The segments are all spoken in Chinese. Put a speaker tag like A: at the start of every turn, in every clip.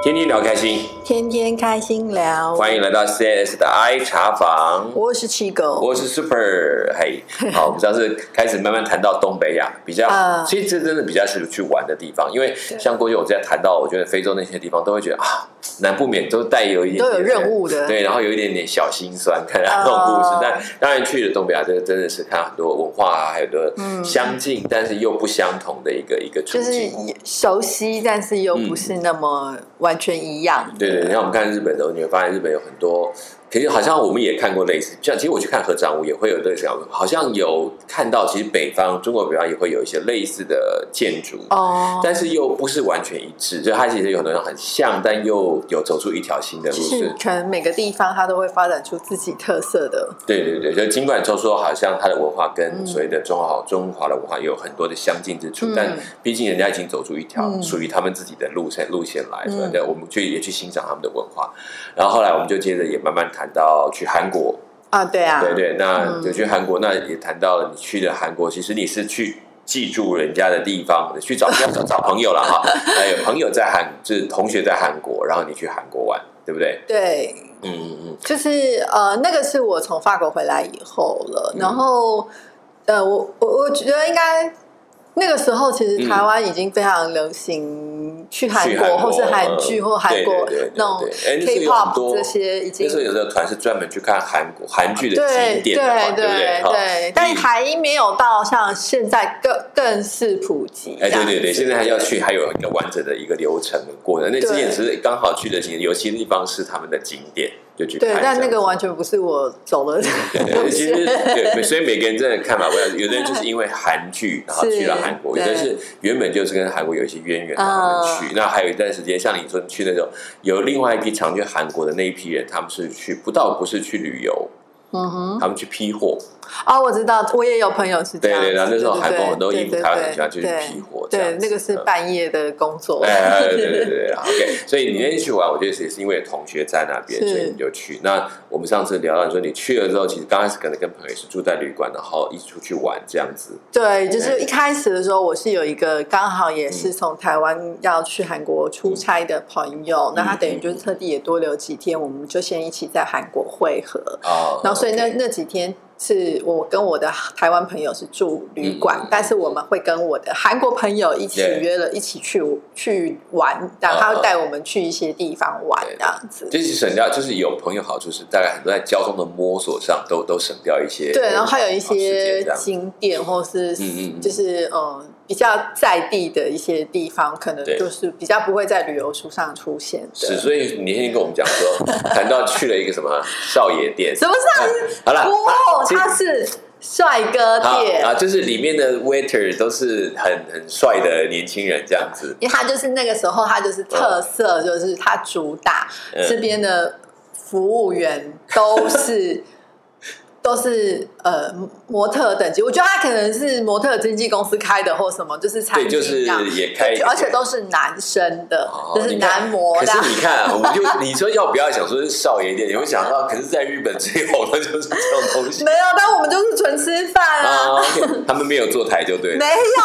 A: 天天聊开心，
B: 天天开心聊。
A: 欢迎来到 CIS 的 I 茶房，
B: 我是七狗，
A: 我是 Super，嘿， 好，我们上次开始慢慢谈到东北亚，比较，
B: 啊
A: 其实这真的比较是去玩的地方，因为像过去我在谈到，我觉得非洲那些地方都会觉得啊，难不免都带有一点
B: 都有
A: 点
B: 任务的
A: 对，然后有一点点小心酸，看来这种故事
B: 啊，
A: 但当然去了东北亚，这个真的是看很多文化啊，还有很多相近、但是又不相同的一个一个处
B: 嗯就是
A: 境。
B: 熟悉，但是又不是那么完全一样。
A: 对对，对像我们看日本的时候，你会发现日本有很多，其实好像我们也看过类似，像其实我去看合掌屋也会有类似的，好像有看到，其实北方中国北方也会有一些类似的建筑，
B: 哦，
A: 但是又不是完全一致，就它其实有很多很像，但又有走出一条新的路
B: 就
A: 线。
B: 是可能每个地方它都会发展出自己特色的。
A: 对对对，就尽管说说好像它的文化跟所谓的中华、中华的文化有很多的相近之处，
B: 嗯
A: 但毕竟人家已经走出一条
B: 嗯
A: 属于他们自己的路线路线来，
B: 嗯
A: 所以我们去也去欣赏他们的文化。然后后来我们就接着也慢慢谈到去韩国，
B: 啊，对啊，
A: 对对，那
B: 嗯
A: 就去韩国，那也谈到了你去了韩国，其实你是去。记住人家的地方，去找要找找朋友了哈。 还有朋友在韩，就是同学在韩国，然后你去韩国玩，对不对？
B: 对
A: 嗯嗯嗯，
B: 就是呃，那个是我从法国回来以后了，
A: 嗯
B: 然后呃，我我我觉得应该那个时候其实台湾已经非常流行去韩
A: 嗯去
B: 国，或是韩剧
A: 嗯
B: 或韩国
A: 对对对对
B: 那种
A: 对哎那时候有很
B: K-pop
A: 多
B: 这些已经
A: 那时候有的团是专门去看韩国韩剧的
B: 对
A: 经典的嘛，
B: 对
A: 不对？哈
B: 对，但
A: 嗯
B: 还没有到像现在更更是普及这
A: 哎，
B: 样
A: 对
B: 子。
A: 对对，现在还要去，还有一个完整的一个流程的过程。那之前
B: 对
A: 只是刚好去的景，有些地方是他们的景点，就去看
B: 对
A: 一下。，
B: 但那个完全不是我走 了。
A: 对，其实对，所以每个人真的看法不一样。有的人 就是因为韩剧，然后去了韩国；有
B: 是
A: 的是原本就是跟韩国有一些渊源，然后他
B: 嗯
A: 们去。那还有一段时间，像你说去那种有另外一批常去韩国的那一批人，他们是去不到不是去旅游，
B: 嗯哼，
A: 他们去批货。
B: 哦，我知道，我也有朋友是这
A: 对
B: 样子。
A: 对，然后那时候
B: 对
A: 韩国很多
B: 对
A: 衣服，
B: 对
A: 台湾
B: 对
A: 很喜欢去
B: 对
A: 批货这样
B: 对
A: 子，，
B: 那个是
A: 嗯
B: 半夜的工作。
A: 哎， 对对对对，OK。所以你那天去玩，我觉得也是因为有同学在那边，
B: 是
A: 所以你就去。那我们上次聊到你说你去了之后，其实刚开始可能跟朋友也是住在旅馆，然后一起出去玩这样子。
B: 对，
A: 哎
B: 就是一开始的时候，我是有一个刚好也是从台湾要去韩国出差的朋友，那他等
A: 嗯
B: 于就是特地也多留几天，我们就先一起在韩国汇合。
A: 哦，
B: 然后所以那
A: OK
B: 那几天是我跟我的台湾朋友是住旅馆，
A: 嗯
B: 但是我们会跟我的韩国朋友一起
A: Yeah
B: 约了一起去去玩，然后他会带我们去一些地方玩
A: 嗯对
B: 这样子。
A: 就是省掉，就是有朋友好处是，大概很多在交通的摸索上都都省掉一些。
B: 对，然后还有一
A: 好时间
B: 些
A: 这样
B: 景点或是
A: 嗯嗯嗯
B: 就是嗯比较在地的一些地方，可能
A: 对
B: 就是比较不会在旅游书上出现的。
A: 是，所以你那天跟我们讲 说，谈到去了一个什么少爷店，
B: 什么上
A: 好了，
B: 哦，
A: 其实
B: 他是帅哥
A: 好
B: 店
A: 啊，就是里面的 waiter 都是很很帅的年轻人这样子。
B: 因为它就是那个时候，它就是特色，就是它主打、
A: 嗯
B: 这边的服务员 都是都是呃模特等级，我觉得他可能是模特经纪公司开的或什么，就是餐
A: 对，
B: 厅
A: 就是
B: 这样。
A: 也开，
B: 而且都是男生的，
A: 哦
B: 就是男模
A: 你
B: 的
A: 看。可是你看 啊，我们就你说要不要想说是少爷店，你会想到，可是在日本最红的就是这种东 西
B: 没有，但我们就是纯吃饭啊，
A: 啊。OK，他们没有坐台就对了
B: 没。有。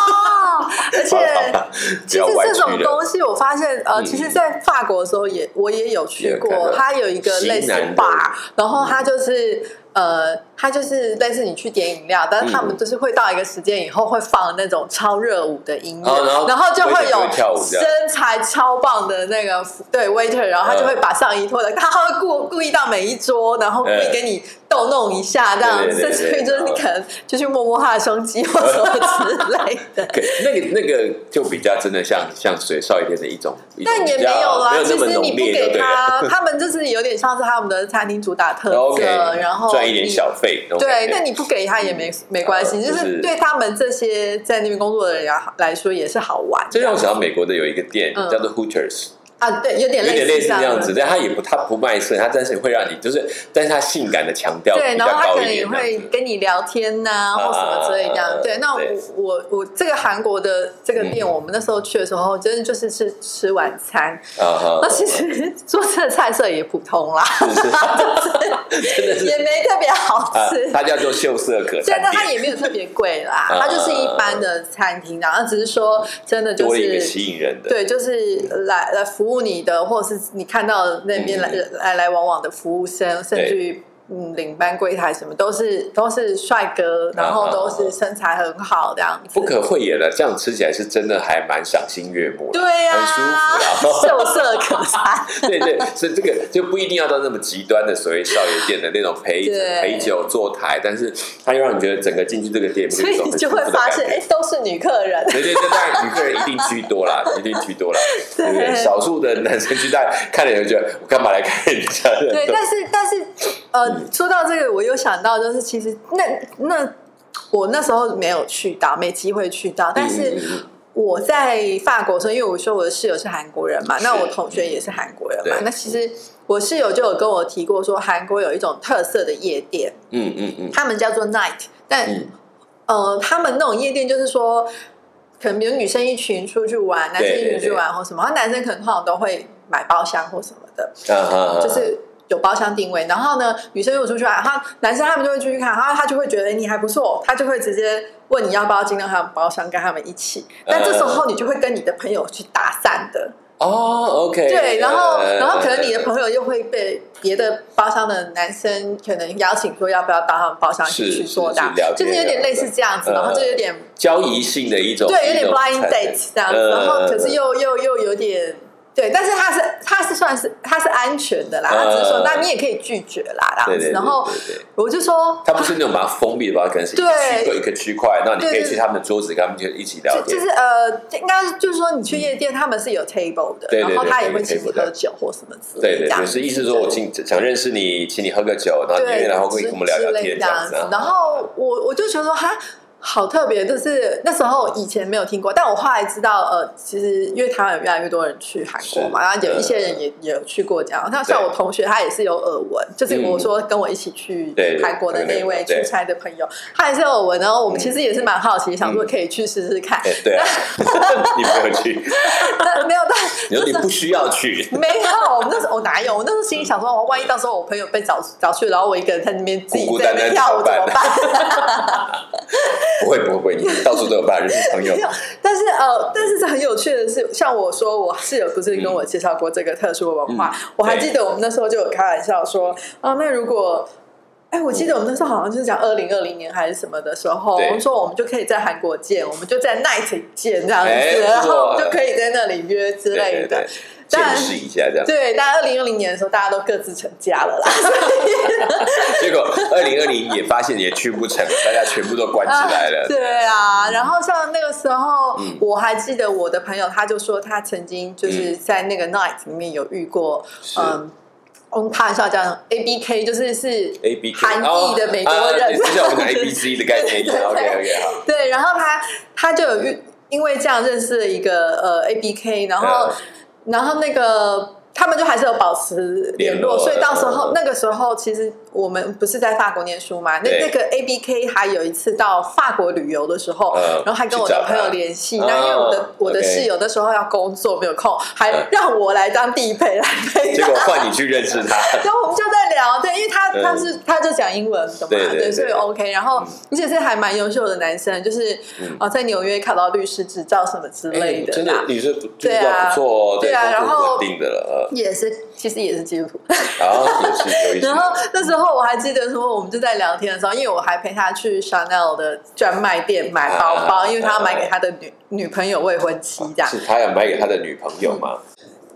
B: 而且
A: 好了好了
B: 其实
A: 不要歪
B: 这
A: 曲
B: 种
A: 了
B: 东西，我发现呃，
A: 嗯
B: 其实，在法国的时候也我也有去
A: 也有看
B: 过，
A: 到
B: 它有一个类似
A: 西南的嗯
B: bar，然后它就是呃，它就是类似你去点饮料，但是他们
A: 嗯
B: 就是会到一个时间以后会放那种超热舞的音
A: 哦然
B: 乐
A: 后，
B: 然后就会
A: waiter 就会跳
B: 有
A: 舞这
B: 身
A: 样嗯
B: 材超棒的那个对 waiter，然后他就会把上衣脱了，他会故故意到每一桌，然后故意
A: 嗯
B: 跟你逗弄一下这样，
A: 对对对
B: 甚至于
A: 对
B: 就是你
A: 哦
B: 可能就去摸摸他的胸肌或什么之类的。
A: 可那个那个就比较真的像像水少爷店的一种，一种
B: 但也
A: 比
B: 没
A: 较
B: 有
A: 没
B: 啦，
A: 有
B: 其
A: 那么
B: 实你
A: 浓
B: 不
A: 烈就
B: 给
A: 对了。
B: 他， 他们就是有点像是他们的餐厅主打特色
A: OK，
B: 然后
A: 赚一点
B: 你
A: 小费，那种
B: 对，
A: 感觉
B: 那你不给他也没、没关系，
A: 呃
B: 就
A: 就是
B: 是对他们这些在那边工作的人来来说也是好玩
A: 这让我想到美国的有一个店
B: 嗯
A: 叫做 Hooters，
B: 啊，对，有点
A: 有点
B: 类
A: 类似
B: 这
A: 这样子，
B: 的。
A: 但它也不它不卖色，它但是会让你就是，但是它性感的强调
B: 对，
A: 比较
B: 然后他
A: 高
B: 可
A: 一
B: 能也
A: 点这
B: 会
A: 样子。
B: 跟你聊天呐、或什么之类这样
A: 啊。
B: 对，那我
A: 对
B: 我我这个韩国的这个店，
A: 嗯
B: 我们那时候去的时候，真的就是吃吃晚餐，
A: 啊哈
B: 那其实做这菜色也普通啦。
A: 是是真的是
B: 也没特别好
A: 啊
B: 吃，。
A: 它叫做秀色可
B: 真
A: 餐
B: 的，它
A: 店，
B: 也没有特别贵啦，
A: 啊
B: 它就是一般的餐厅，然后只是说真的就
A: 多了一个
B: 是。
A: 吸引人的。
B: 对，就是来来服务你的，或者是你看到那边来、
A: 嗯
B: 来来往往的服务生，甚至于嗯领班柜台什么，都是都是帅哥，然后都是身材很好这样子。
A: 啊不可讳言了，这样吃起来是真的还蛮赏心悦目的，
B: 对呀、
A: 很舒服啊。
B: 秀色可 餐。
A: 对对，所以这个就不一定要到那么极端的所谓少爷店的那种陪
B: 对
A: 陪酒坐台，但是它又让你觉得整个进去这个店，
B: 所以你就会发现，哎、都是女客人。
A: 对对对，当然女客人一定居多啦，一定居多啦，对不对？
B: 对
A: 少数的男生去带看了也会觉得，我干嘛来看人家的？
B: 对，但是但是呃，说到这个，我有想到，就是其实那那我那时候没有去到，没机会去到，但
A: 嗯嗯
B: 是。
A: 嗯嗯
B: 我在法国的时候，因为我说我的室友是韩国人嘛，
A: 是
B: 那我同学也是韩国人嘛
A: 对，
B: 那其实我室友就有跟我提过说，韩国有一种特色的夜店，
A: 嗯嗯嗯
B: 他们叫做 night，但、
A: 嗯，
B: 呃，他们那种夜店就是说，可能比如女生一群出去玩，男生一
A: 对
B: 群出去玩或什么，然后男生可能通常都会买包厢或什么的，
A: 啊啊，啊
B: 就是有包厢定位。然后呢，女生如果出去玩，他男生他们就会出去看，然后他就会觉得诶哎你还不错，他就会直接问你要不要进到他们包厢跟他们一起。
A: 呃
B: 但这时候你就会跟你的朋友去搭讪的，
A: 哦，OK，
B: 对，然后
A: 呃
B: 然后可能你的朋友又会被别的包厢的男生可能邀请说要不要到他们包厢一
A: 是
B: 起去
A: 是
B: 做搭
A: 是了，解
B: 就是有
A: 了
B: 点类
A: 解
B: 似这样子，
A: 嗯
B: 然后就有点
A: 交易性的一种，
B: 对，有
A: 一
B: 点
A: 种
B: blind
A: 产
B: date 这样子，
A: 呃
B: 然后可是又又又有点。对，但是它是它是算是它是安全的啦，他只是说
A: 呃
B: 那你也可以拒绝啦，
A: 对
B: 这
A: 对，
B: 样子。
A: 对
B: 然后
A: 对对
B: 我就说，
A: 它不是那种把它封闭的吧，可能是一个
B: 对
A: 区块一个区块，那你可
B: 对
A: 以
B: 对
A: 去他们的桌子跟他们就一起聊
B: 就
A: 天
B: 就。是呃，应该就是说你去夜店，他们是有 table 的，
A: 对对对
B: 然后他也会
A: 对
B: 请你
A: 有 table 的
B: 喝酒或什么之
A: 对
B: 类
A: 对
B: 的这样
A: 对，
B: 子。
A: 是意思说我
B: 对
A: 请想认识你，请你喝个酒，然后你愿
B: 对，
A: 意然后会
B: 之
A: 跟我们聊聊
B: 之类
A: 天
B: 这样
A: 子
B: 子
A: 啊。。
B: 然后我我就觉得说哈。好特别，就是那时候以前没有听过，但我后来知道，呃，其实因为台湾有越来越多人去韩国嘛，
A: 是嗯
B: 然后有一些人也、也有去过这样。那像
A: 对嗯
B: 我同学，他也是有耳闻，就是我说跟我一起去
A: 对
B: 韩国的那一位
A: 对
B: 出差的朋友，他也是有耳闻。然后我们
A: 嗯
B: 其实也是蛮好奇，想说可以去试试看。
A: 哎，对 啊，你没有去，
B: 但没有，但
A: 你说你不需要去，
B: 没有，我那时候我哦哪有？我那时候心里想说，哦我万一到时候我朋友被找找去，然后我一个人在那边自己
A: 孤孤
B: 在
A: 单
B: 那边
A: 单
B: 跳舞
A: 怎
B: 怎
A: 么
B: 么
A: 办
B: 办？
A: 不会不会不会，你到处都有办法认识朋友
B: 没。有，但是呃，但是是很有趣的是，像我说，我室友不是跟我介绍过这个特殊的文
A: 嗯
B: 化，我还记得我们那时候就有开玩笑说，啊，那如果。哎，我记得我们那时候好像就是讲二零二零年还是什么的时候，我
A: 对
B: 们说我们就可以在韩国见，我们就在 Night 见这样子，
A: 哎
B: 然
A: 不错
B: 后我们就可以在那里约 之
A: 对
B: 类
A: 对
B: 的。
A: 对，
B: 当
A: 见
B: 然
A: 识一下这样。
B: 对，但二零二零年的时候，大家都各自成家了啦，
A: 结果二零二零也发现也去不成，大家全部都关起来了。
B: 啊 对啊，然后像那个时候，
A: 嗯
B: 我还记得我的朋友，他就说他曾经就是在那个 night 里面有遇过，
A: 是
B: 嗯，我们开玩笑讲 A B K，就是是
A: A B K 哦啊
B: 韩裔的美国人，
A: 就像我们的 A B C 的概 念一样。OK OK 好。
B: 对，然后他他就有遇，因为这样认识了一个呃 A B K，然后、
A: 嗯
B: 然后那个。他们就还是有保持联
A: 联络
B: 络，所以到时候
A: 嗯
B: 那个时候，其实我们不是在法国念书嘛？那
A: 对
B: 那个 A B K 还有一次到法国旅游的时候，
A: 嗯
B: 然后还跟我
A: 去找
B: 的
A: 他
B: 朋友联系。
A: 哦
B: 那因为我的、我的
A: OK
B: 室友那时候要工作没有空，
A: 嗯
B: 还让我来当地陪来陪
A: 结
B: 他。
A: 果换你去认识 他，
B: 然后我们就在聊，对，因为他
A: 嗯
B: 他是他就讲英文，懂吗？
A: 对对对
B: 所以 OK。然后而且是还蛮优秀的男生，就是
A: 嗯
B: 啊，在纽约考到律师执照什么之类
A: 哎真的
B: 啦，
A: 你是不就是
B: 对啊
A: 不错哦，
B: 对啊
A: 工
B: 然
A: 作
B: 后
A: 稳定的了，
B: 也是其实也是基督徒。
A: 呃然后也是有一些
B: 然后那时候我还记得说，我们就在聊天的时候，因为我还陪他去 Chanel 的专卖店买包包，
A: 啊
B: 因为他要买给他的女女朋友未婚妻这样。
A: 是他要买给他的女朋友嘛？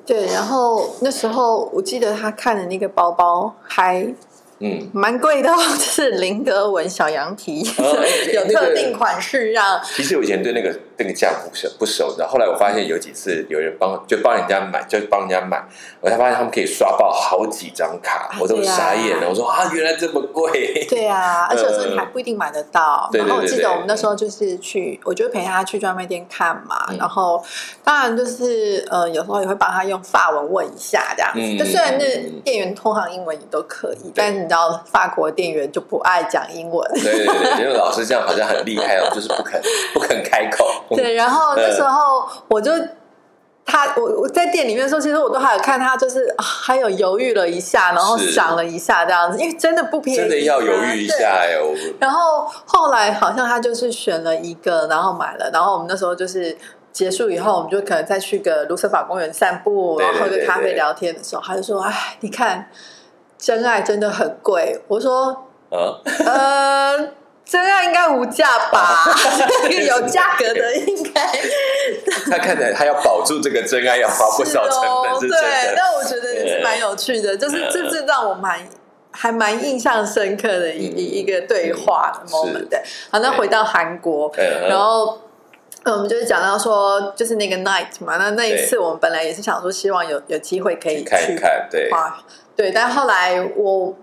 B: 对，然后那时候我记得他看的那个包包还
A: 嗯，
B: 蛮贵的哦，就是菱格纹小羊皮，
A: 哦哎
B: 有
A: 那个
B: 特定款式让
A: 其实我以前对那个那个价不熟不熟，然后后来我发现有几次有人帮就帮人家买，就帮人家买，我才发现他们可以刷爆好几张卡，我都
B: 对啊
A: 傻眼了。我说啊，原来这么贵，
B: 对啊，而且有时候
A: 呃
B: 你还不一定买得到。
A: 对对
B: 然后我
A: 对
B: 记
A: 对
B: 得我们那时候就是去，我就陪他去专卖店看嘛。
A: 嗯
B: 然后当然就是呃，有时候也会帮他用法文问一下这样子。
A: 嗯
B: 就虽
A: 嗯
B: 然
A: 嗯
B: 那店员通常英文也都可以，但是你知道法国店员就不爱讲英 文。
A: 对对对，因为老师这样好像很厉害哦，就是不肯不肯开口。
B: 对，然后那时候我就。他我我在店里面的时候，其实我都还有看他，就是啊还有犹豫了一下，然后
A: 是
B: 想了一下这样子，因为真的不便宜啊，
A: 真的要犹豫一
B: 对
A: 下哎、我
B: 然后后来好像他就是选了一个，然后买了，然后我们那时候就是结束以后，我们就可能再去个卢森堡公园散步，
A: 对
B: 然后喝
A: 对
B: 个
A: 对
B: 咖啡
A: 对
B: 聊天的时候，他就说：“哎，你看，真爱真的很贵。”我说
A: 啊，：“
B: 呃，真爱应该无价吧？ 有价格的应该
A: 他看起来他要保住这个真爱，要 花不
B: 是
A: 少成
B: 哦
A: 本，，是真
B: 对，
A: 的。嗯
B: 但我觉得也是蛮有趣的，就是这这让我蛮还蛮印象深刻的一
A: 嗯
B: 一一个对话的
A: 是
B: moment。对，好，那回到韩国，
A: 嗯
B: 然后。嗯，我们就是讲到说，就是那个 night 嘛，那那一
A: 对
B: 次我们本来也是想说，希望有有机会可以
A: 去看一看，对，
B: 花，对，但后来我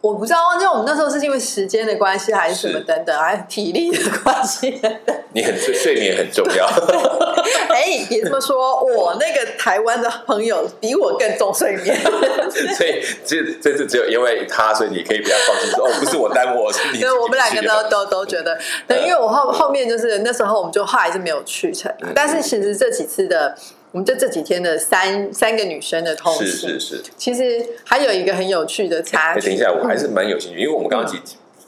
B: 我不知道，忘记我们那时候是因为时间的关系，还是什么
A: 是
B: 等等，还是体力的关系等等，
A: 你很睡睡眠很重要，
B: 哎、别这么说，我那个台湾的朋友比我更重睡眠。
A: 所以这这次只有因为他，所以你可以比较放心说，哦，不是我耽误我，是你自己去
B: 对，
A: 的。
B: 我们两个都都都觉
A: 嗯
B: 得，对，因为我后后面就是那时候我们就后来是没有去成
A: 嗯，
B: 但是其实这几次的，我们就这几天的三三个女生的同行，
A: 是是是。
B: 其实还有一个很有趣的插
A: 哎，
B: 曲，
A: 等一下，我还是蛮有兴趣，因为我们刚刚几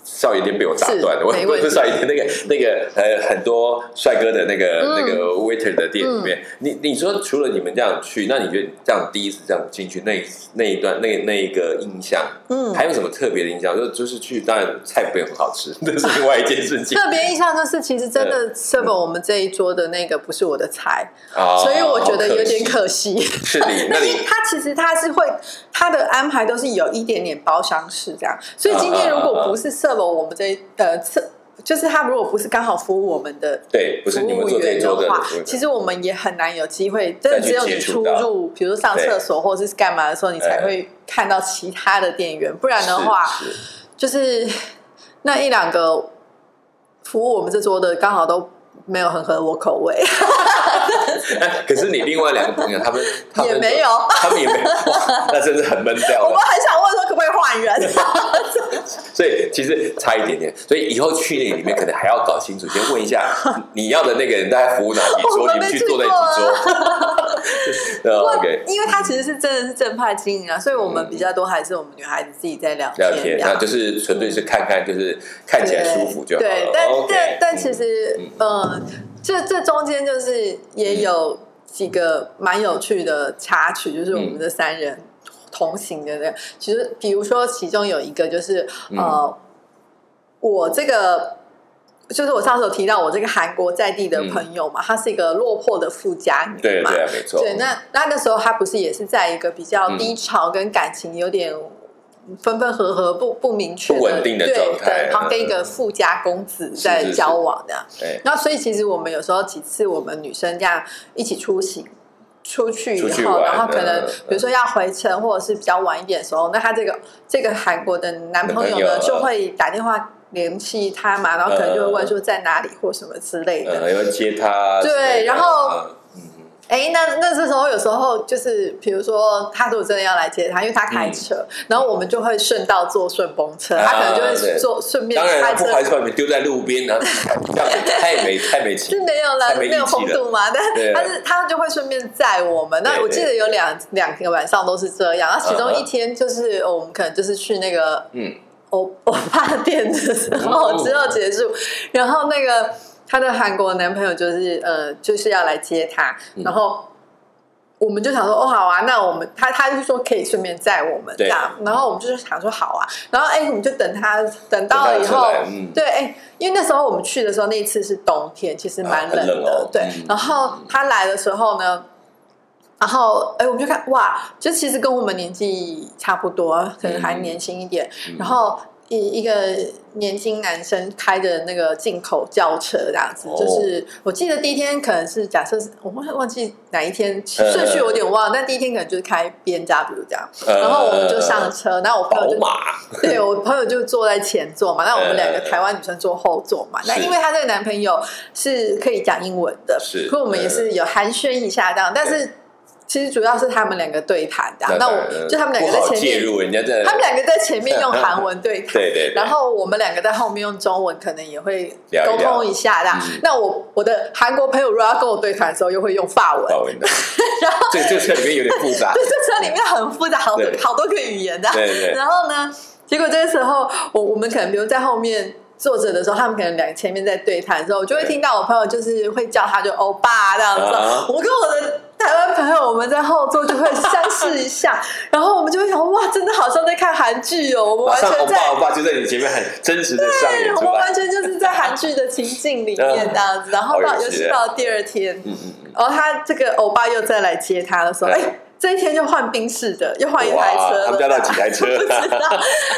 A: 少爷店被我打断了，
B: 嗯是
A: 我
B: 没
A: 我
B: 问题
A: 不是少爷店那个那个呃很多帅哥的那个、
B: 嗯
A: 那个 waiter 的店里面，你你说除了你们这样去，那你觉得这样第一次这样进去那一那一段那那一个印象，
B: 嗯
A: 还有什么特别的印象？就就是去，当然菜不会很好吃， 那是另外一件事情
B: 特别印象就是，其实真
A: 嗯
B: 的 server 我们这一桌的那个不是我的菜，
A: 啊，
B: 所以我觉得有点
A: 好
B: 可惜。
A: 惜 是你哎那
B: 但
A: 你
B: 是他其实他是会他的安排都是有一点点包厢式这样，所以今天如
A: 嗯
B: 果不是 serve 我们这一呃这就是他如果不是刚好服务我们的
A: 对，不是
B: 服
A: 你们
B: 务
A: 做这
B: 员
A: 一桌
B: 的
A: 的
B: 话，
A: 服务员
B: 其实我们也很难有机会，真的只有你出
A: 再去接
B: 入，比如说上厕所或者是干嘛的时候，你才
A: 哎
B: 会看到其他的店员，不然的话，
A: 是是
B: 就是那一两个服务我们这桌的刚好都没有很合我口味，
A: 哎可是你另外两个朋友， 他们他们
B: 也没有
A: 他们也没有，哇那真是很闷掉
B: 我
A: 了
B: 们。很想问说可不可以换人。
A: 所以其实差一点点，所以以后去那里面可能还要搞清楚，先问一 下你要的那个人大概服务哪几
B: 我
A: 桌，
B: 们
A: 你们
B: 没
A: 去
B: 去
A: 坐在
B: 过啊
A: 几桌。 对
B: 不过
A: OK，
B: 啊
A: 嗯
B: 因为他其实是真的是正派经营啊，所以我们比较多还是我们女孩子自己在聊
A: 聊天，
B: 聊
A: 那就是纯粹是看看，就是看起来舒服就好了。
B: 对，但
A: OK，
B: 但但其
A: 嗯嗯
B: 实，嗯，这这中间就是也有几个蛮有趣的插曲，就是我们这三人同行的那个，其实比如说其中有一个就是
A: 嗯
B: 呃，我这个。就是我上次有提到我这个韩国在地的朋友嘛，她是一个落魄的富家
A: 嗯
B: 女
A: 对
B: 嘛，
A: 对啊，没错，
B: 对，那那那时候他不是也是在一个比
A: 嗯
B: 较低潮，跟感情有点分分合合、不不明确、
A: 不稳定的
B: 对
A: 状态
B: 对然后跟一
A: 嗯
B: 个
A: 嗯
B: 富家公子
A: 是
B: 在
A: 是
B: 交往这样。
A: 哎，
B: 那所以其实我们有时候几次我们女生这样一起出行。出去
A: 出去
B: 以后，
A: 玩
B: 然后可能
A: 嗯
B: 比如说要回程，或者是比较晚一点的时候，那她这个这个韩国的男朋
A: 男
B: 友
A: 朋
B: 呢，
A: 友
B: 就会打电话联系她嘛，然后可能就
A: 嗯
B: 会问说在哪里或什么之类的。
A: 呃，要接他之类的。
B: 对然后
A: 嗯嗯
B: 哎，那那这时候有时候就是，比如说他如果真的要来接他，因为他
A: 嗯
B: 开车，然后我们就会顺道坐顺风车，
A: 啊
B: 他可能就会
A: 对
B: 坐顺便
A: 当然
B: 开
A: 了，
B: 车
A: 不。还是把你们丢在路边，然后自己开这样子太没太没情
B: 是没有啦，
A: 太没义
B: 没有
A: 气
B: 风
A: 了。
B: 度嘛，但
A: 对
B: 但是他就会顺便载我们。那
A: 对
B: 我记得有两两个晚上都是这样，那其中
A: 嗯嗯
B: 一天就是、哦我们可能就是去那个
A: 嗯，
B: 欧 欧巴店的时候
A: 嗯
B: 之后结束，然后那个她的韩国男朋友就是呃就是要来接她，
A: 嗯
B: 然后我们就想说哦好啊，那我们他他就说可以顺便载我们这
A: 对
B: 样，然后我们就是想说好啊，然后哎我们就等他等到以
A: 等他
B: 后
A: 出来，嗯
B: 对哎。因为那时候我们去的时候，那一次是冬天，其实蛮
A: 啊
B: 冷
A: 很
B: 的，
A: 冷哦
B: 对。
A: 嗯
B: 然后他来的时候呢，然后，哎，我们就看，哇，就其实跟我们年纪差不多，可能还
A: 嗯
B: 年轻一点。然后一一个年轻男生开着那个进口轿车这样子，
A: 哦
B: 就是我记得第一天可能是假设是我忘忘记哪一天
A: 嗯
B: 顺序有点忘了，但第一天可能就是开 B N W 这样，
A: 嗯
B: 然后我们就上车，然后我朋友
A: 宝
B: 就
A: 马，
B: 对我朋友就坐在前座嘛，那我们两个
A: 嗯
B: 台湾女生坐后座嘛。那
A: 是
B: 因为她这个男朋友是可以讲英文的，
A: 是
B: 可我们也是有寒暄一下这样，但是其实主要是他们两个对谈的啊、那
A: 当然
B: 我就他们两个
A: 不好
B: 在
A: 介
B: 前面，
A: 入人家在
B: 他们两个在前面用韩文对谈，
A: 对对对
B: 然后我们两个在后面用中文，可能也会
A: 聊一
B: 沟
A: 聊
B: 通一下的啊。
A: 嗯
B: 那我我的韩国朋友如果要跟我对谈的时候，又会用法文，
A: 报文的， 这这车里面有点复杂
B: 对，，这车里面很复杂，好多
A: 对
B: 好多个语言的啊。
A: 对对
B: 然后呢，结果这个时候，我我们可能比如在后面坐着的时候，他们可能两前面在对谈的时候，我就会
A: 对
B: 听到我朋友就是会叫他就欧巴这样子。
A: 啊
B: 我跟我的台湾朋友，我们在后座就会相视一下， 然后我们就会想，哇，真的好像在看韩剧哦，我们
A: 马
B: 完
A: 上欧
B: 全在
A: 巴。欧巴就在你前面很真实的上
B: 对
A: 演
B: 我
A: 出
B: 们
A: 来
B: 完，全就是在韩剧的情境里面这样子，然后
A: 嗯好
B: 到
A: 有
B: 尤
A: 趣啊
B: 其到第二天，
A: 嗯嗯嗯，
B: 然后他这个欧巴又再来接他的时候，
A: 对
B: 哎，这一天就换宾士的，又换一台
A: 哇
B: 车了，
A: 他们家到底几台车
B: 不知 道。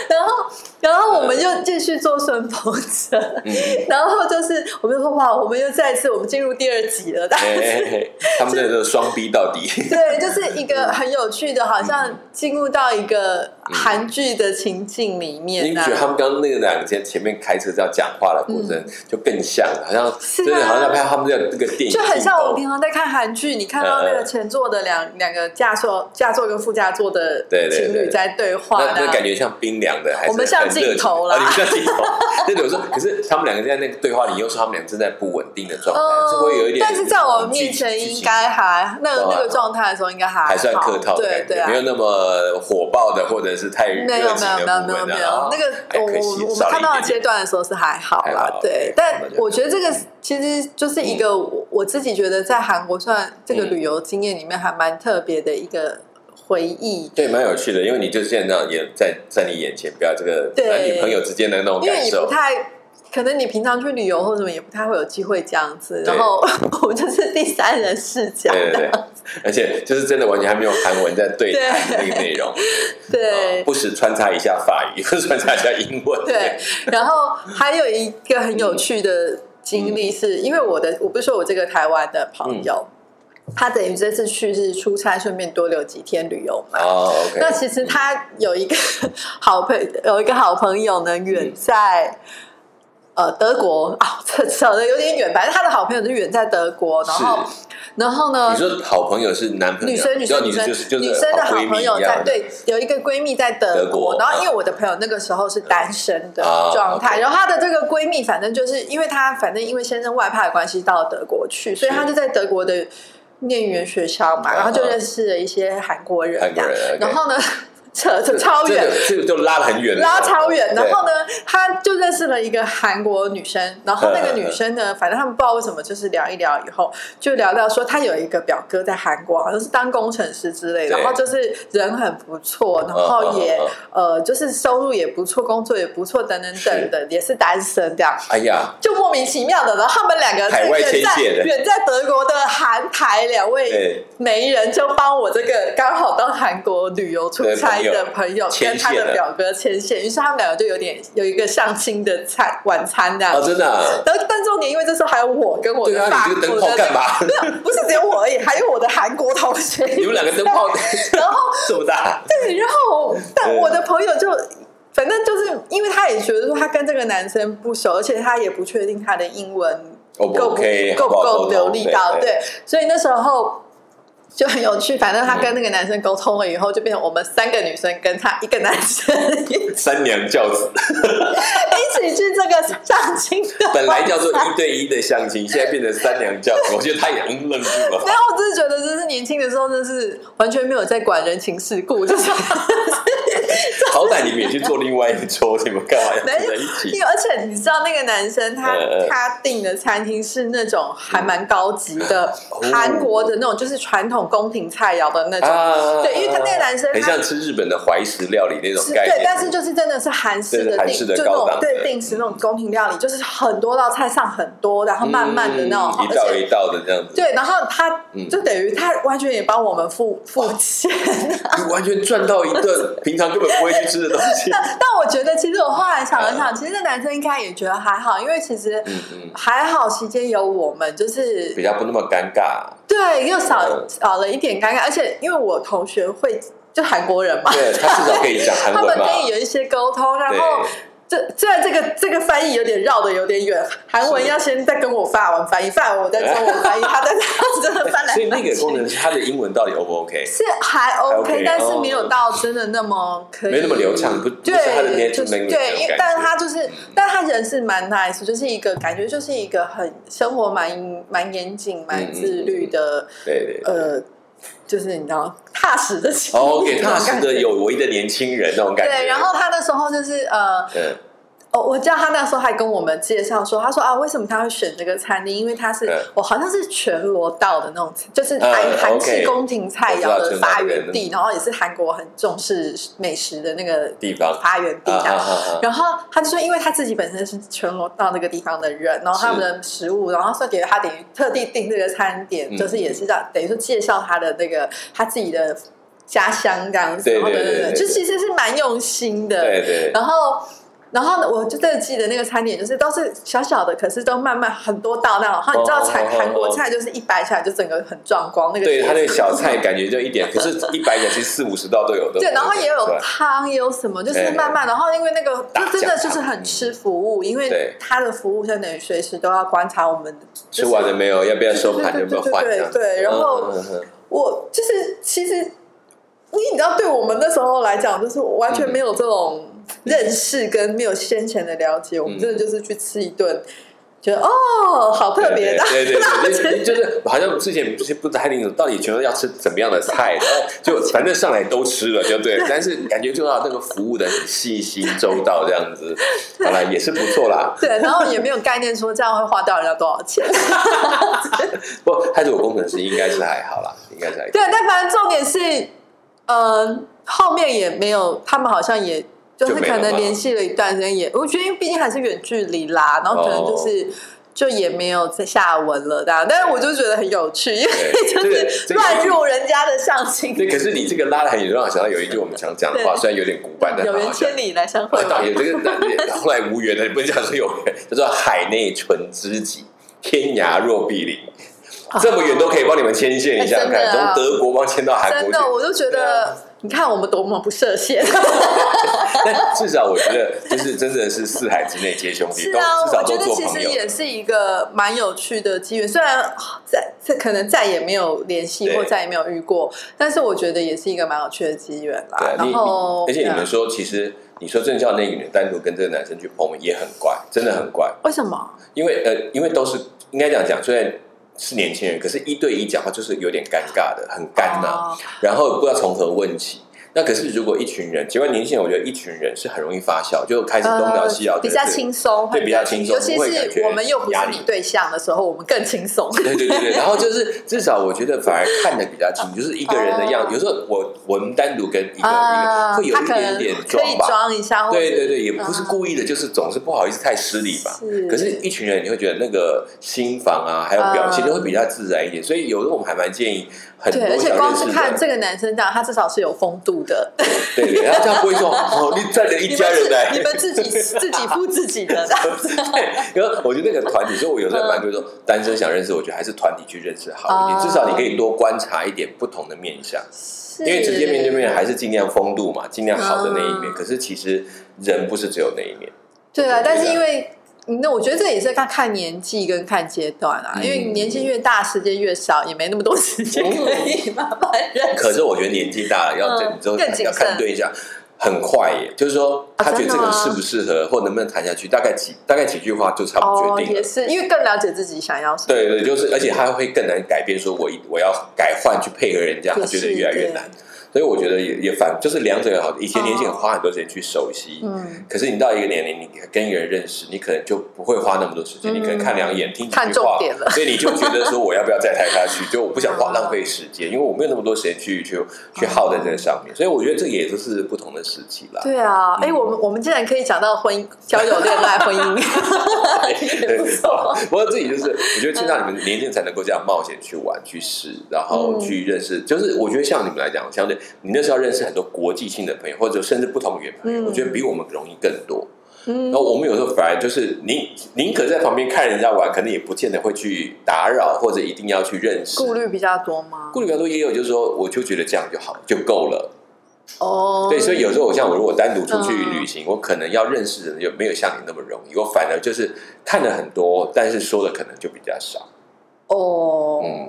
B: 然后，然后我们又继续坐顺风车，
A: 嗯
B: 然后就是我们就说哇，我们又再一次我们进入第二集了，但
A: 哎
B: 是。
A: 哎哎他们这个双逼到底，
B: 对，就是一个很有趣的，好像进入到一个
A: 嗯
B: 韩剧的情境里面
A: 你
B: 啊
A: 觉得他们刚刚那个两个前前面开车这样讲话的过程，就更像了，好像
B: 嗯是啊
A: 真的好像在拍他们的那个电影，
B: 就很像我们平常在看韩剧，你看到那
A: 嗯
B: 个
A: 嗯
B: 前座的两两个驾座、驾座跟副驾座的
A: 对对
B: 情
A: 对
B: 侣在对话
A: 那
B: 呢
A: 那感觉像冰凉的，还是
B: 我们像
A: 很热情
B: 镜头啦
A: 啊你们像镜 头。那种说，可是他们两个在那个对话里，又说他们俩正在不稳定的状态，是会有一点。
B: 嗯哦但是在我面前应该还那
A: 对啊
B: 那个状态的时候应该还
A: 还算
B: 好
A: 客套的
B: 对
A: 感
B: 对
A: 觉，
B: 啊
A: 没。有那么火爆的，或者是太
B: 没有
A: 热
B: 没
A: 情
B: 有没有
A: 的部
B: 没有
A: 分
B: 没
A: 的
B: 有
A: 啊。，
B: 那
A: 哎
B: 个我
A: 可惜
B: 我我
A: 少了
B: 们看到的
A: 一点
B: 阶
A: 点
B: 段的时候是还好
A: 还
B: 啦
A: 好，
B: 对
A: OK，。
B: 但
A: 那就
B: 我觉得这个其实就是一个我我自己觉得在韩国算这个
A: 嗯
B: 旅游经验里面还蛮特别的一个回忆，
A: 对，蛮有趣的，因为你就现在也在在你眼前，不要这个
B: 对
A: 男女朋友之间的那种
B: 因为
A: 感
B: 你不
A: 受。
B: 太。可能你平常去旅游或什么也不太会有机会这样子，
A: 对
B: 然后 我就是第三人视角，
A: 对对对， 而且就是真的完全还没有韩文在对
B: 对
A: 谈那个内容，
B: 对
A: 啊，不时穿插一下法语，不时穿插一下英文。
B: 对， 然后还有一个很有趣的经历是，因为我的我不是说我这个台湾的朋友，他等于这次去是出差，顺便多留几天旅游嘛。
A: 哦，OK，
B: 那其实他有一个 好朋有一个好朋友呢，远在。呃，德国啊，扯扯的有点远，反正他的好朋友就远在德国，然后，
A: 是
B: 然后呢？
A: 你说好朋友是男朋友，
B: 女生女
A: 就
B: 生
A: 女
B: 女生
A: 就是就是
B: 女生的好
A: 闺蜜
B: 朋友
A: 一样
B: 在
A: 的
B: 对有一个闺蜜在德
A: 德国
B: 然后因
A: 啊
B: 为我的朋友那个时候是单身的
A: 啊
B: 状态，
A: OK
B: 然后她的这个闺蜜反正就是因为她反正因为先生外派的关系到德国去，所以
A: 是
B: 她就在德国的念语言学校嘛，
A: 啊
B: 然后就认识了一些韩国人
A: 韩国
B: 这样，
A: 人，OK
B: 然后呢 扯扯超
A: 这
B: 远
A: 个。这个就拉得很远了，
B: 拉超远，然
A: 对哦
B: 后呢，她就认识了一个韩国女生，然后那个女生
A: 嗯
B: 呢，反正他们不知道为什么，就是聊一聊以后，就聊到说她有一个表哥在韩国，好像是当工程师之类的，
A: 对
B: 然后就是人很不错，然后也
A: 嗯嗯
B: 呃，就是收入也不错，工作也不错，等等等等，也是单身这样。
A: 哎呀，
B: 就莫名其妙的，然后他们两个
A: 海外
B: 远
A: 牵
B: 在
A: 线的
B: 远在德国的韩台两位
A: 对
B: 媒人，就帮我这个刚好到韩国旅游出差的朋友
A: 对朋友牵
B: 跟他
A: 线
B: 的
A: 了
B: 表哥牵线，于是他们两个就有点有一个相亲的餐晚餐这样
A: 啊，。真的 啊，
B: 然后，但重点，因为这时候还有我跟我
A: 对
B: 的
A: 啊，
B: 法
A: 你这个
B: 国
A: 灯泡
B: 的
A: 干嘛？
B: 没 有，不是只有我而已，还有我的韩国同学。
A: 你们两个灯泡
B: 然后
A: 这么大，
B: 对，然后但
A: 对啊
B: 我的朋友就，反正就是因为他也觉得说他跟这个男生不熟，而且他也不确定他的英文
A: O
B: 够
A: 哦不
B: 不
A: OK，
B: 够
A: 好不好
B: 够
A: 沟通
B: 流利
A: 对
B: 到
A: 对嗯
B: 对，所以那时候。就很有趣，反正他跟那个男生沟通了以后，就变成我们三个女生跟他一个男生 一
A: 三娘教子，
B: 起去这个相亲的。
A: 本来叫做一对一的相亲，现在变成三娘教子，我觉得他也嗯愣住了
B: 没。有，我只是觉得，就是年轻的时候，真是完全没有在管人情世故，就是
A: 好歹你们也去做另外一桌，你们干嘛要
B: 没
A: 住
B: 有
A: 在一起
B: 因？为而且你知道那个男生他、
A: 嗯嗯
B: 他订的餐厅是那种还蛮高级的、
A: 嗯哦
B: 韩国的那种，就是传统宫廷菜肴的那种。
A: 啊
B: 对因为他那个男生他
A: 很像吃日本的怀石料理那种
B: 是
A: 概念，
B: 对，但是就是真的是韩式的
A: 对韩
B: 定，
A: 式的
B: 就那
A: 高
B: 种
A: 档
B: 对
A: 的
B: 定时那种宫廷料理，就是很多道菜上很多，然后慢慢的那种，
A: 嗯一
B: 而
A: 道
B: 且
A: 一道的这样子，
B: 对，然后他
A: 嗯
B: 就等于他完全也帮我们付付 钱，啊
A: 你完全赚到一顿平常根本不会去吃的东西。
B: 但但我觉得，其实我后来想了想，其实那男生应该也觉得还好，因为其实
A: 嗯嗯，
B: 还好期间有我们，就是
A: 比较不那么尴尬。
B: 对，又少
A: 嗯
B: 少了一点尴尬，而且因为我同学会就韩国人嘛，
A: 对他至少可以讲韩
B: 他
A: 文
B: 们
A: 嘛
B: 可。以有一些沟通，然后。这虽然这个这个翻译有点绕的有点远，韩文要先再跟我法文翻译，法文我再中文翻译，他但是他真的翻 来
A: 所以那
B: 翻
A: 个功
B: 去。
A: 能是它的英文到底 O 不 OK？
B: 是还
A: OK，
B: OK，但是
A: 哦
B: 没有到真的那么可以，
A: 没那么流畅不不是他的
B: 对，
A: native
B: 就是
A: language
B: 对，
A: 那种感
B: 因
A: 觉
B: 为但是他就是，但他人是蛮 nice，就是一个感觉就是一个很生活蛮蛮严谨、
A: 嗯
B: 蛮自律的，
A: 对对。
B: 呃，就是你知道踏实的青年
A: 哦，OK，踏 实
B: 那种感
A: 的
B: 觉
A: 有为的年轻人那种感觉。
B: 对，然后他那时候就是呃，
A: 嗯，
B: 哦，我知道他那时候还跟我们介绍说，他说啊，为什么他会选这个餐厅？因为他是
A: 嗯
B: 我好像是全罗道的那种，就是
A: 嗯
B: 韩韩系
A: OK，
B: 宫廷菜肴
A: 我
B: 的
A: 知道
B: 发
A: 全罗道
B: 源地，然后也是韩国很重视美食的那个
A: 地方
B: 发源地
A: 啊
B: 这样。
A: 啊 啊啊
B: 然后他就说，因为他自己本身是全罗道那个地方的人，然后他们的食物，然后所以给他等于特地订这个餐点，
A: 嗯
B: 就是也是让等于说介绍他的那个他自己的家乡这样子，
A: 对
B: 然后
A: 对
B: 等等
A: 对
B: 等，
A: 对
B: 就其实是蛮用心的，
A: 对对，
B: 然后，然后呢，我就真的记得那个餐点，就是都是小小的，可是都慢慢很多道那种。然后你知道
A: 哦
B: 韩
A: 哦哦
B: 韩国菜就是一摆起来就整个很壮观，那个
A: 对
B: 碟
A: 他那个
B: 子
A: 小菜感觉就一 点，可是一百眼其实四五十道都有的。
B: 对，然后也有
A: 对
B: 汤，也有什么，就是
A: 对
B: 慢慢，然后因为那个
A: 大
B: 就真的
A: 酱
B: 就是很
A: 嗯
B: 吃服务，因为
A: 对
B: 他的服务相当于随时都要观察我们
A: 吃完了没有？要不要收盘？有没有换？
B: 对对对对对对
A: 这样
B: 然后
A: 嗯嗯嗯嗯
B: 我就是其实，因为你知道，对我们那时候来讲，就是我完
A: 嗯
B: 全没有这种认识跟没有先前的了解，我
A: 嗯
B: 们真的就是去吃一顿，觉得哦，好特别的，
A: 对对
B: 然后
A: 对
B: 觉
A: 对，
B: 得
A: 就就是好像之前就是不太清楚到底全都要吃怎么样的菜，然后 就反正上来都吃了，就对了。但是感觉就到那个服务的很细心周到这样 子，好了也是不错啦。
B: 对，然后也没有概念说这样会花掉人家多少钱，
A: 不，过他这个工程师应该是还好啦，应该是还。
B: 对，但反正重点是，嗯，后面也没有，他们好像也。就是
A: 就没了
B: 可能
A: 吗
B: 联系了一段时间也，我觉得因为毕竟还是远距离啦，然后可能
A: 哦
B: 就是、就也没有再下文了这样，但是我就觉得很有趣，因为
A: 对，这个这个
B: 乱入人家的相亲，
A: 对，可是你这个拉得很远，让我想到有一句我们常讲的话，
B: 对
A: 虽然有点古板，但
B: 有
A: 很
B: 缘
A: 好笑
B: 千。里来相会
A: 啊
B: 嘛
A: 导。演这个那后来无缘了，你不能讲说有缘，叫做海内存知己，天涯若比邻。这么远都可以帮你们牵线一下，
B: 哦哎真的
A: 看
B: 啊
A: 从德国帮牵到韩
B: 真
A: 国
B: 的，
A: 去。
B: 我就觉
A: 对啊
B: 得，你看我们多么不设限。
A: 但 至少我觉得，就是真的是四海之内皆兄弟，
B: 是
A: 都
B: 啊，
A: 至少
B: 我
A: 都
B: 觉得
A: 做
B: 其
A: 朋
B: 实
A: 友。
B: 也是一个蛮有趣的机缘，虽然啊再这可能再也没有联系
A: 对
B: 或再也没有遇过，但是我觉得也是一个蛮有趣的机缘
A: 对啊，。
B: 啦
A: 你
B: 然
A: 你
B: 后，
A: 而且你
B: 对
A: 们
B: 啊
A: 说，其实你说郑教那个女的单独跟这个男生去碰面也很怪，真的很怪。
B: 为什么？
A: 因为呃，因为都是应该这样讲，虽然是年轻人，可是一对一讲话就是有点尴尬的，很干呐、
B: 哦
A: 然后不知道从何问起。那可是如果一群人，结果年轻人，我觉得一群人是很容易发酵，就开始东
B: 呃
A: 聊西聊，
B: 比
A: 觉得
B: 较
A: 是。
B: 轻松，
A: 对
B: 会
A: 比较轻松
B: 尤其
A: 不会感
B: 是
A: 觉
B: 我们又不
A: 压
B: 是
A: 力
B: 你对象的时候，我们更 轻松。
A: 对对对对，然后就是至少我觉得反而看得比较清，就是一个人的样
B: 哦
A: 子。有时候我我们单独跟一个、
B: 啊，
A: 一个会有
B: 他
A: 一
B: 可
A: 点
B: 能
A: 点
B: 可以
A: 吧，
B: 装一下，或者
A: 对对对，也不是
B: 嗯
A: 故意的，就是总是不好意思太失礼吧。
B: 是
A: 可是，一群人你会觉得那个心房啊，还有表情
B: 嗯
A: 都会比较自然一点，所以有时候我们还蛮建议很多
B: 对，而且
A: 想
B: 光
A: 认
B: 是
A: 识
B: 看
A: 的，
B: 这个男生这样，他至少是有风度的。
A: 对对，然后这样不会说哦，你带着一
B: 你
A: 家
B: 们
A: 人来
B: 自，你们自己自己付自己 的，
A: 对， 因为我觉得那个团体，所以我有时候蛮多说单身想认识，我觉得还是团体去认识好一点，
B: 哦
A: 至少你可以多观察一点不同的面相。
B: 因
A: 因为直接面对面还是尽量风度嘛，尽量好的那一面。
B: 嗯
A: 可是其实人不是只有那一面，
B: 对啊，
A: 对
B: 但是因为。那我觉得这也是看看年纪跟看阶段啊，
A: 嗯
B: 因为年纪越大，时间越少，也没那么多时间
A: 嗯
B: 可以慢慢认识。
A: 可是我觉得年纪大了，要
B: 嗯
A: 你之后
B: 更谨
A: 要看
B: 慎
A: 对象，很快耶。就是说，
B: 啊
A: 他觉得这个人
B: 真的
A: 适
B: 吗
A: 不适合，或能不能谈下去，大概几大概几句话就差不多
B: 哦，
A: 决定
B: 也
A: 了。
B: 是因为更了解自己想要什么。
A: 对对，就是，而且他会更难改变，说我一我要改换去配合人家，
B: 也
A: 他
B: 是
A: 觉得越来越难。所以我觉得也也反，就是两者也好。以前年轻人
B: 哦
A: 花很多时间去熟悉，
B: 嗯，
A: 可是你到一个年龄，你跟一个人认识，你可能就不会花那么多时间，
B: 嗯
A: 你可能看两眼、听几
B: 看
A: 句
B: 重
A: 话
B: 点了，
A: 所以你就觉得说我要不要再待下去？就我不想
B: 啊
A: 花浪费时间，因为我没有那么多时间去去去耗在这上面。所以我觉得这也都是不同的时期啦。
B: 对啊，哎，我们我们竟然可以讲到婚姻、交友、恋爱、婚姻， 也不错。
A: 不过自己就是，我觉得尽量你们年轻人才能够这样冒险去玩、去试，然后
B: 嗯
A: 去认识。就是我觉得像你们来讲，相对你那时候认识很多国际性的朋友，或者甚至不同语言朋友，
B: 嗯
A: 我觉得比我们容易更多。
B: 嗯
A: 然，后我们有时候反而就是宁宁可在旁边看人家玩，可能也不见得会去打扰，或者一定要去认识。
B: 顾虑比较多吗？
A: 顾虑比较多也有，就是说我就觉得这样就好就够了。
B: 哦，
A: 对，所以有时候我像我如果单独出去
B: 嗯
A: 旅行，我可能要认识的人就没有像你那么容易，我反而就是看了很多，但是说的可能就比较少。
B: 哦，
A: 嗯，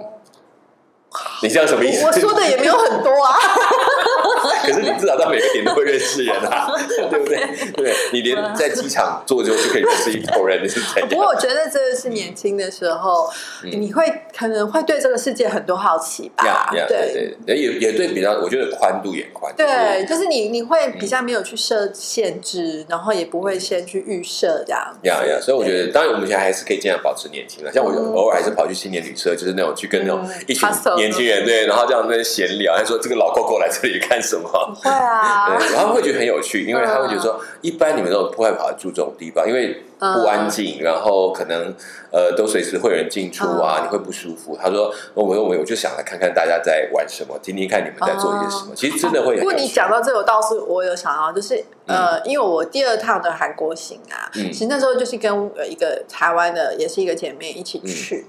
A: 你这样什么意思？
B: 我说的也没有很多 啊，
A: 可是你至少到每个点都会认识人 啊，对不对？对，你连在机场坐就就可以认识一头人，你是怎
B: 嗯不过
A: 样？
B: 我觉得这是年轻的时候，
A: 嗯
B: 你会可能会对这个世界很多好奇吧？
A: 呀呀对对，也也对比较，我觉得宽度也宽。
B: 对，就是你你会比较没有去设限制，然后也不会先去预设这样。
A: 呀呀，所以我觉得，当然我们现在还是可以尽量保持年轻了。像我偶尔还是跑去青年旅社，就是那种去跟那种
B: 嗯
A: 一群
B: hustle
A: 年轻人对，然后这样在那闲聊，他说这个老狗狗来这里干什么？
B: 会啊，
A: 对，然后会觉得很有趣，因为他会觉得说，一般你们这种不会跑住这种地方，因为
B: 嗯
A: 不安静，然后可能呃都随时会有人进出啊，
B: 嗯
A: 你会不舒服。他说，哦我我我我就想来看看大家在玩什么，听听看你们在做一些什么。其实真的会很有趣。
B: 嗯不过你讲到这个，我倒是我有想到，就是呃，因为我第二趟的韩国行啊，
A: 嗯
B: 其实那时候就是跟呃一个台湾的，也是一个姐妹一起
A: 嗯
B: 去。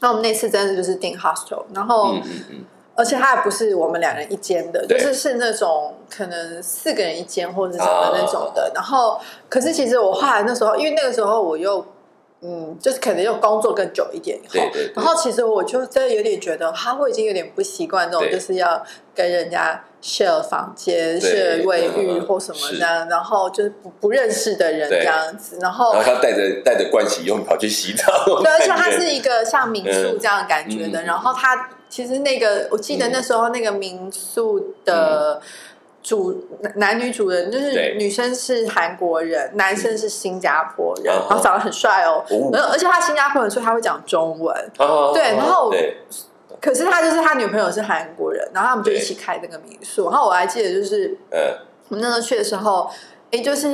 B: 那我们那次真的就是订 hostel，然后、
A: 嗯嗯嗯，
B: 而且它还不是我们两人一间的，就
A: 对
B: 是是那种可能四个人一间或者是什么
A: 啊
B: 那种的。然后，可是其实我后来那时候，因为那个时候我又嗯，就是可能又工作更久一点以后，
A: 对对对
B: 然后其实我就真的有点觉得，哈，我已经有点不习惯这种，
A: 对
B: 就是要跟人家 share 房
A: 对
B: 间、share 卫浴
A: 嗯嗯
B: 或什么
A: 是
B: 这样，然后就是不不认识的人
A: 对
B: 这样子，然后
A: 然后他带着带着盥洗用跑去洗澡，
B: 哦对，而且
A: 感
B: 它
A: 觉
B: 是一个像民宿这样的感觉的。
A: 嗯嗯
B: 然后它其实那个，我记得那时候那个民宿的主、男男女主人，就是
A: 嗯对
B: 女生是韩国人，男生是新加坡人，
A: 嗯
B: 然后长得很帅哦。
A: 哦
B: 然后而且他新加坡人，所以他会讲中文。
A: 哦
B: 对然后
A: 对
B: 可是他就是他女朋友是韩国人，然后他们就一起开那个民宿。然后我还记得就是
A: 嗯
B: 我们那时候去的时候，哎，就是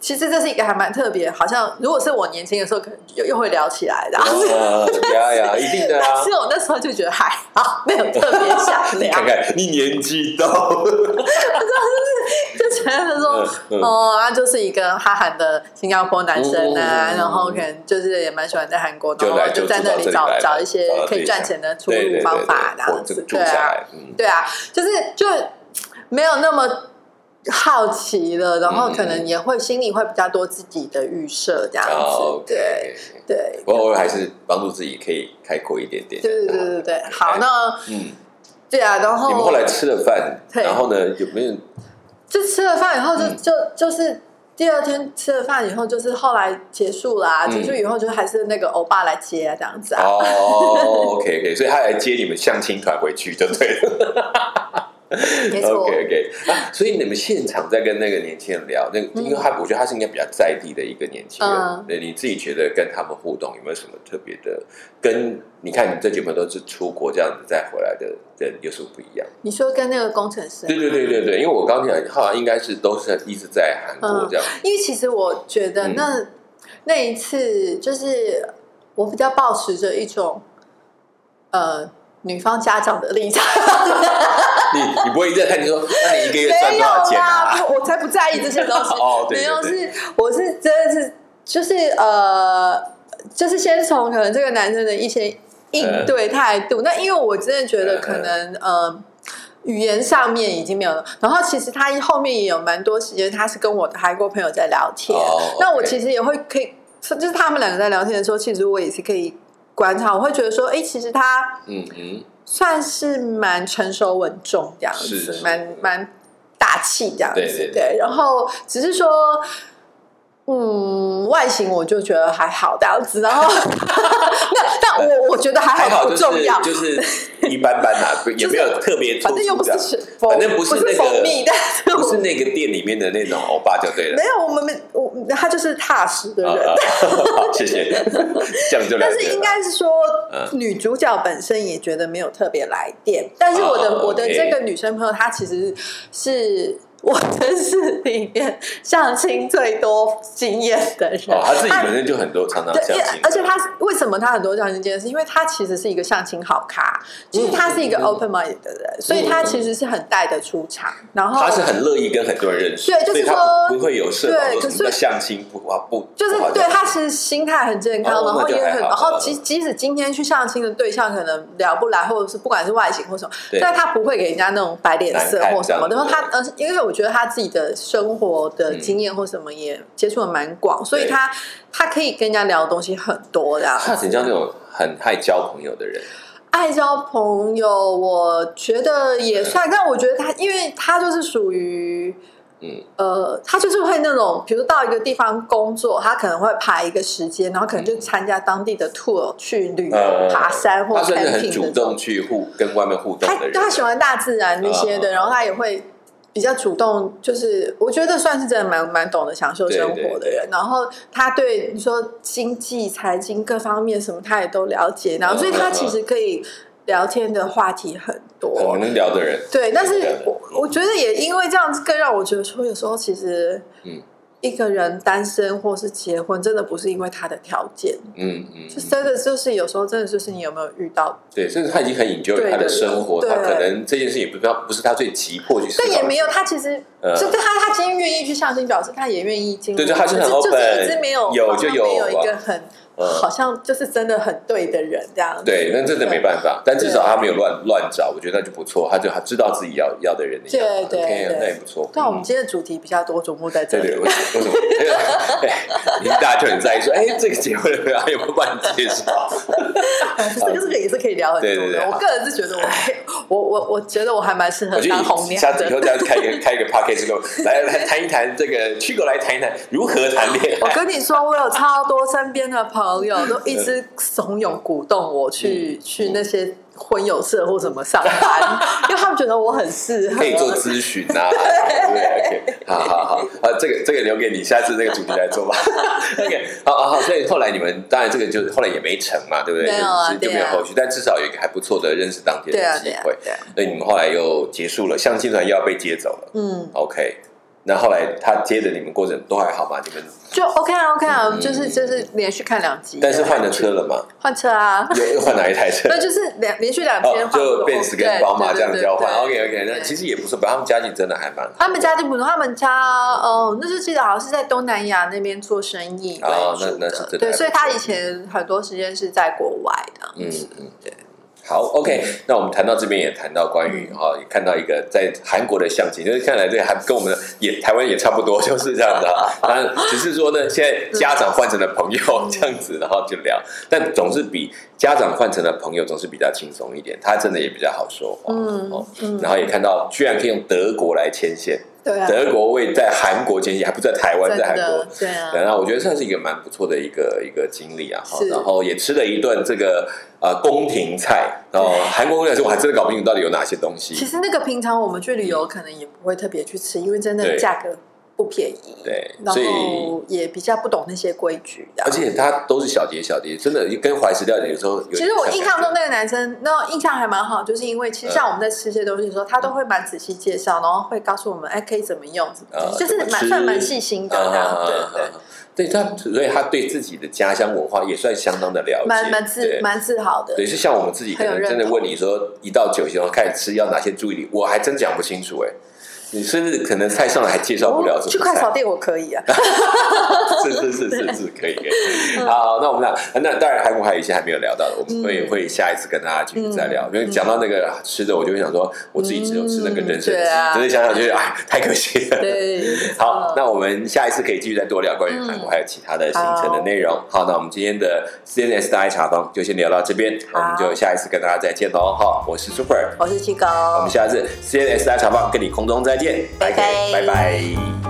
B: 其实这是一个还蛮特别，好像如果是我年轻的时候，可能又又会聊起来的。
A: 啊 呀呀，一定的
B: 但
A: 啊
B: 是！我那时候就觉得还好，没有特别想
A: 你
B: 聊，
A: 看看，你年纪到，
B: 就觉得说，
A: 嗯嗯
B: 哦，他就是一个哈韩的新加坡男生
A: 嗯嗯
B: 啊，
A: 嗯嗯
B: 然后可能就是也蛮喜欢在韩国，
A: 就
B: 然后
A: 来就
B: 在那里
A: 住到这里
B: 找
A: 来
B: 找一些
A: 找到
B: 可以
A: 地
B: 赚
A: 方
B: 钱 的出
A: 对
B: 路
A: 对对
B: 方法，
A: 对，
B: 这样
A: 我这
B: 子，
A: 个住
B: 对
A: 下
B: 啊，
A: 来，嗯，
B: 对啊，就是就没有那么。好奇了，然后可
A: 嗯
B: 能也会心里会比较多自己的预设，这样
A: 啊
B: 子，对
A: OK，
B: 对，
A: 我偶尔还是帮助自己可以开阔一点点。
B: 对对对对对。好，那
A: 嗯，
B: 对啊，然后
A: 你们后来吃了饭，
B: 对
A: 然后呢，有没有？
B: 就吃了饭以后就、
A: 嗯
B: 就就是第二天吃了饭以后，就是后来结束啦、
A: 嗯
B: 结束以后就还是那个欧巴来接啊，这样子啊。
A: 哦，OK OK，所以他来接你们相亲团回去就对了。
B: 没错
A: OK OK，啊，所以你们现场在跟那个年轻人聊，那个因为他我觉得他是应该比较在地的一个年轻
B: 嗯
A: 人，对，你自己觉得跟他们互动有没有什么特别的？跟你看你这几本都是出国这样子再回来的人有什么不一样？
B: 你说跟那个工程师，啊
A: 对对对对对，因为我刚刚讲好像应该是都是一直在韩国 这样，
B: 因为其实我觉
A: 嗯
B: 得那、那一次就是我比较保持着一种呃女方家长的立场，
A: 你你不会一直在看你说，那你一个月赚
B: 没
A: 多
B: 有
A: 少钱
B: 啦，
A: 啊？
B: 不我才不在意这些东西。
A: 哦对对
B: 没有，
A: 对
B: 是我是真的是就是呃，就是先从可能这个男生的一些应
A: 嗯
B: 对态度。那因为我真的觉得可能呃。语言上面已经没有了，然后其实他后面也有蛮多时间，他是跟我的韩国朋友在聊天。
A: 哦
B: 那我
A: OK
B: 其实也会可以，就是他们两个在聊天的时候，其实我也是可以观察，我会觉得说，哎，其实他
A: 嗯嗯，
B: 算是蛮成熟稳重这样
A: 是
B: 子，
A: 是
B: 蛮蛮大气这样子，
A: 对对对
B: 然后只是说。嗯，外形我就觉得还好这样子，然后那但我我觉得还
A: 还
B: 好
A: 好
B: 哎不
A: 就
B: 重
A: 是
B: 要，
A: 就是一般般啦，不也没 有特别突
B: 反正又
A: 出
B: 不
A: 这
B: 是
A: 样，
B: 雪，
A: 反正不是
B: 是
A: 那个
B: 蜂蜜，但是
A: 不
B: 我
A: 是那个店里面的那种欧巴就对了
B: 没。有我们没我他就是踏实的
A: 啊
B: 人，
A: 啊，好，谢谢， 这样就了
B: 但
A: 解了。
B: 是应该是说，
A: 嗯
B: 女主角本身也觉得没有特别来电。但是我的、
A: 哦
B: 我的
A: OK
B: 这个女生朋友，她其实是我真是里面相亲最多经验的人。
A: 哦，他自己本身就很多常常
B: 对，
A: 相
B: 因为
A: 亲，
B: 而且他为什么他很多相亲经验，是因为他其实是一个相亲好咖，就是他是一个
A: 嗯嗯
B: open mind 的人，所以他其实是很带得出场，然后
A: 他是很乐意跟很多人认识，
B: 对就
A: 所
B: 是
A: 以
B: 说
A: 他不不会有社恐，
B: 对
A: 说
B: 可
A: 什
B: 是
A: 么叫相亲不哇不，
B: 就是
A: 不好
B: 对
A: 讲
B: 他其实心态很健康，
A: 哦
B: 然后
A: 那就
B: 也很，
A: 还好
B: 然后即
A: 嗯
B: 即使今天去相亲的对象可能聊不来，或者是不管是外形或什么，
A: 对
B: 但他不会给人家那种白脸色
A: 难看
B: 或什么
A: 这
B: 的。
A: 样
B: 然后
A: 子
B: 他呃，因为我觉得他自己的生活的
A: 嗯
B: 经验或什么也接触的蛮广，所以
A: 对
B: 他他可以跟人家聊的东西很多这样子。
A: 他很像那种很爱交朋友的人，
B: 爱交朋友，我觉得也算，但我觉得他，因为他就是属于。
A: 嗯，
B: 呃，他就是会那种，比如到一个地方工作，他可能会排一个时间，然后可能就参加当地的 tour 去旅游、
A: 呃，
B: 爬山或
A: 他算是很
B: camping
A: 主
B: 这种
A: 动去互跟外面互动
B: 他
A: 的人，啊
B: 他喜欢大自然那些的，
A: 嗯
B: 然后他也会比较主动，就是我觉得算是真的蛮蛮懂得享受生活
A: 对
B: 的
A: 对
B: 人。然后他对你说经济、财经各方面什么，他也都了解，然后
A: 嗯
B: 所以他
A: 嗯
B: 其实可以聊天的话题很多
A: 很。能聊的人，
B: 对，但
A: 哦对嗯
B: 是
A: 对
B: 我我觉得也因为这样子，更让我觉得说，有时候其实，
A: 嗯，
B: 一个人单身或是结婚，真的不是因为他的条件，
A: 嗯嗯，
B: 就真的就是有时候真的就是你有没有遇到
A: 对，甚至他已经很 enjoy
B: 对
A: 他的
B: 对
A: 生活，
B: 对
A: 他可能这件事也不知道不是他最急迫去思
B: 但
A: 考的，
B: 也没有，他其实
A: 呃
B: 就对他，他今天愿意去相亲，表示他也愿意经历。
A: 对对他是很
B: 可
A: open，
B: 就是一直没有
A: 有
B: 好像
A: 就有
B: 没有一
A: 吧
B: 个很、
A: 嗯
B: 好像就是真的很对的人这样子。
A: 对，那真的没办法，但至少
B: 对
A: 他没有乱乱找，我觉得那就不错，他就他知道自己要要的人的
B: 对
A: 样子
B: 对
A: OK，
B: 对啊
A: 那也不错。
B: 但我
A: 嗯
B: 们今天的主题比较多瞩目在这
A: 对
B: 里。
A: 对，为什么为什么？ 因为大家就很在意说，哎，这个结婚了，哎，我帮你介 绍。
B: 这个这个也是可以聊很多的。
A: 对对对
B: 我个人是觉得我可以， 我我我觉得我还蛮适合
A: 我觉
B: 当红
A: 得以
B: 娘
A: 下次以后
B: 的。
A: 这样开一个开一个 podcast 跟我来来谈一谈这个，去过来谈一谈如何谈恋
B: 我
A: 爱。
B: 跟你说，我有超多身边的朋友都一直怂恿鼓动我
A: 嗯
B: 去、去那些婚友社或什么 上班，因为他们觉得我很适合。
A: 可以做咨询啊，对不对？OK，好好好，啊，这个这个留给你，下次这个主题来做吧。OK，好好好，所以后来你们当然这个就后来也没成嘛，对不对？
B: 没有啊
A: 就是就没
B: 对
A: 有
B: 啊
A: 后续，但至少有一个还不错的认识当天
B: 对啊
A: 的机
B: 对啊
A: 会。
B: 对啊，
A: 所以你们后来又结束了，相亲团又要被接走了。
B: 嗯，
A: OK，那后来他接着你们过程都还好吗？你们
B: 就 OK 啊 OK 啊，就是就是连续看两集，
A: 嗯但是换了车了嘛？
B: 换车啊，
A: 又又换哪一台车？
B: 那就是两连续两天
A: 哦，就
B: 换不同
A: Benz 跟
B: 对
A: 宝马
B: 对
A: 这样
B: 对
A: 交换。
B: 对
A: OK OK，那
B: 对
A: 其实也不错，把他们家境真的还蛮好。
B: 他们家就不同，他们家哦，那是记得好像是在东南亚那边做生意
A: 哦
B: 为主
A: 那那是
B: 的，
A: 真的
B: 对，
A: 还不
B: 所以他
A: 错
B: 以前很多时间是在国外的，
A: 嗯嗯，
B: 对。
A: 好，OK，那我们谈到这边也谈到关于哈、看到一个在韩国的相亲，就是看来这个还跟我们的也台湾也差不多，就是这样的啊。当然，只是说呢，现在家长换成了朋
B: 嗯
A: 友这样子，然后就聊，但总是比家长换成了朋友总是比较轻松一点，他真的也比较好说话。
B: 嗯
A: 哦
B: 嗯
A: 然后也看到居然可以用德国来牵线，
B: 对啊，
A: 德国为在韩国牵线，还不在台湾，
B: 真
A: 在韩国
B: 的，对啊，
A: 对，那我觉得算是一个蛮不错的一个一个经历啊，哈
B: 是，
A: 然后也吃了一顿这个呃宫廷菜，哦，韩国宫廷菜我还真的搞不清楚到底有哪些东
B: 其
A: 西，
B: 实那个平常我们去旅游可能也不会特别去吃，因为真
A: 嗯
B: 的
A: 对
B: 价格不便宜，
A: 对
B: 然
A: 所以
B: 后也比较不懂那些规矩的，
A: 而且它都是小碟小碟，真的跟怀石料理有时候有点
B: 其实我
A: 像
B: 印象中那个男生，那印象还蛮好，就是因为
A: 嗯
B: 其实像我们在吃一些东西的时候，他都会蛮仔细介绍，然后会告诉我们，哎，可以怎么用，怎么
A: 啊
B: 就是
A: 怎么
B: 蛮
A: 吃啊
B: 算蛮细心的，这样
A: 对，
B: 对对，
A: 对他，所以他对自己的家乡文化也算相当的了解，
B: 蛮蛮自
A: 对
B: 蛮自豪的
A: 对，。是像我们自己可能真的问你说一到九型，然后开始吃要哪些注意力，我还真讲不清楚哎、你甚至可能菜上来还介绍不了
B: 哦
A: 什
B: 去
A: 么
B: 快
A: 菜
B: 炒，店我可以啊，
A: 是是是是是，可以可以。好，那我们俩，那当然韩国还有一些还没有聊到的，我们会、
B: 嗯
A: 会下一次跟大家继续再聊。因为讲到那个吃的，我就会想说，我自己只有吃那个人参
B: 嗯对
A: 鸡，
B: 啊
A: 真的想想就是哎，太可惜了。
B: 对，啊
A: 好
B: 嗯，
A: 那我们下一次可以继续再多聊关于韩国还有其他的行程的内容。好，那我们今天的 CNS 大爱茶坊就先聊到这边，
B: 好
A: 我们就下一次跟大家再见喽。好，我是 Super，
B: 我是七哥，
A: 我们下次 CNS 大爱茶坊跟你空中再见，
B: 拜拜
A: 拜拜。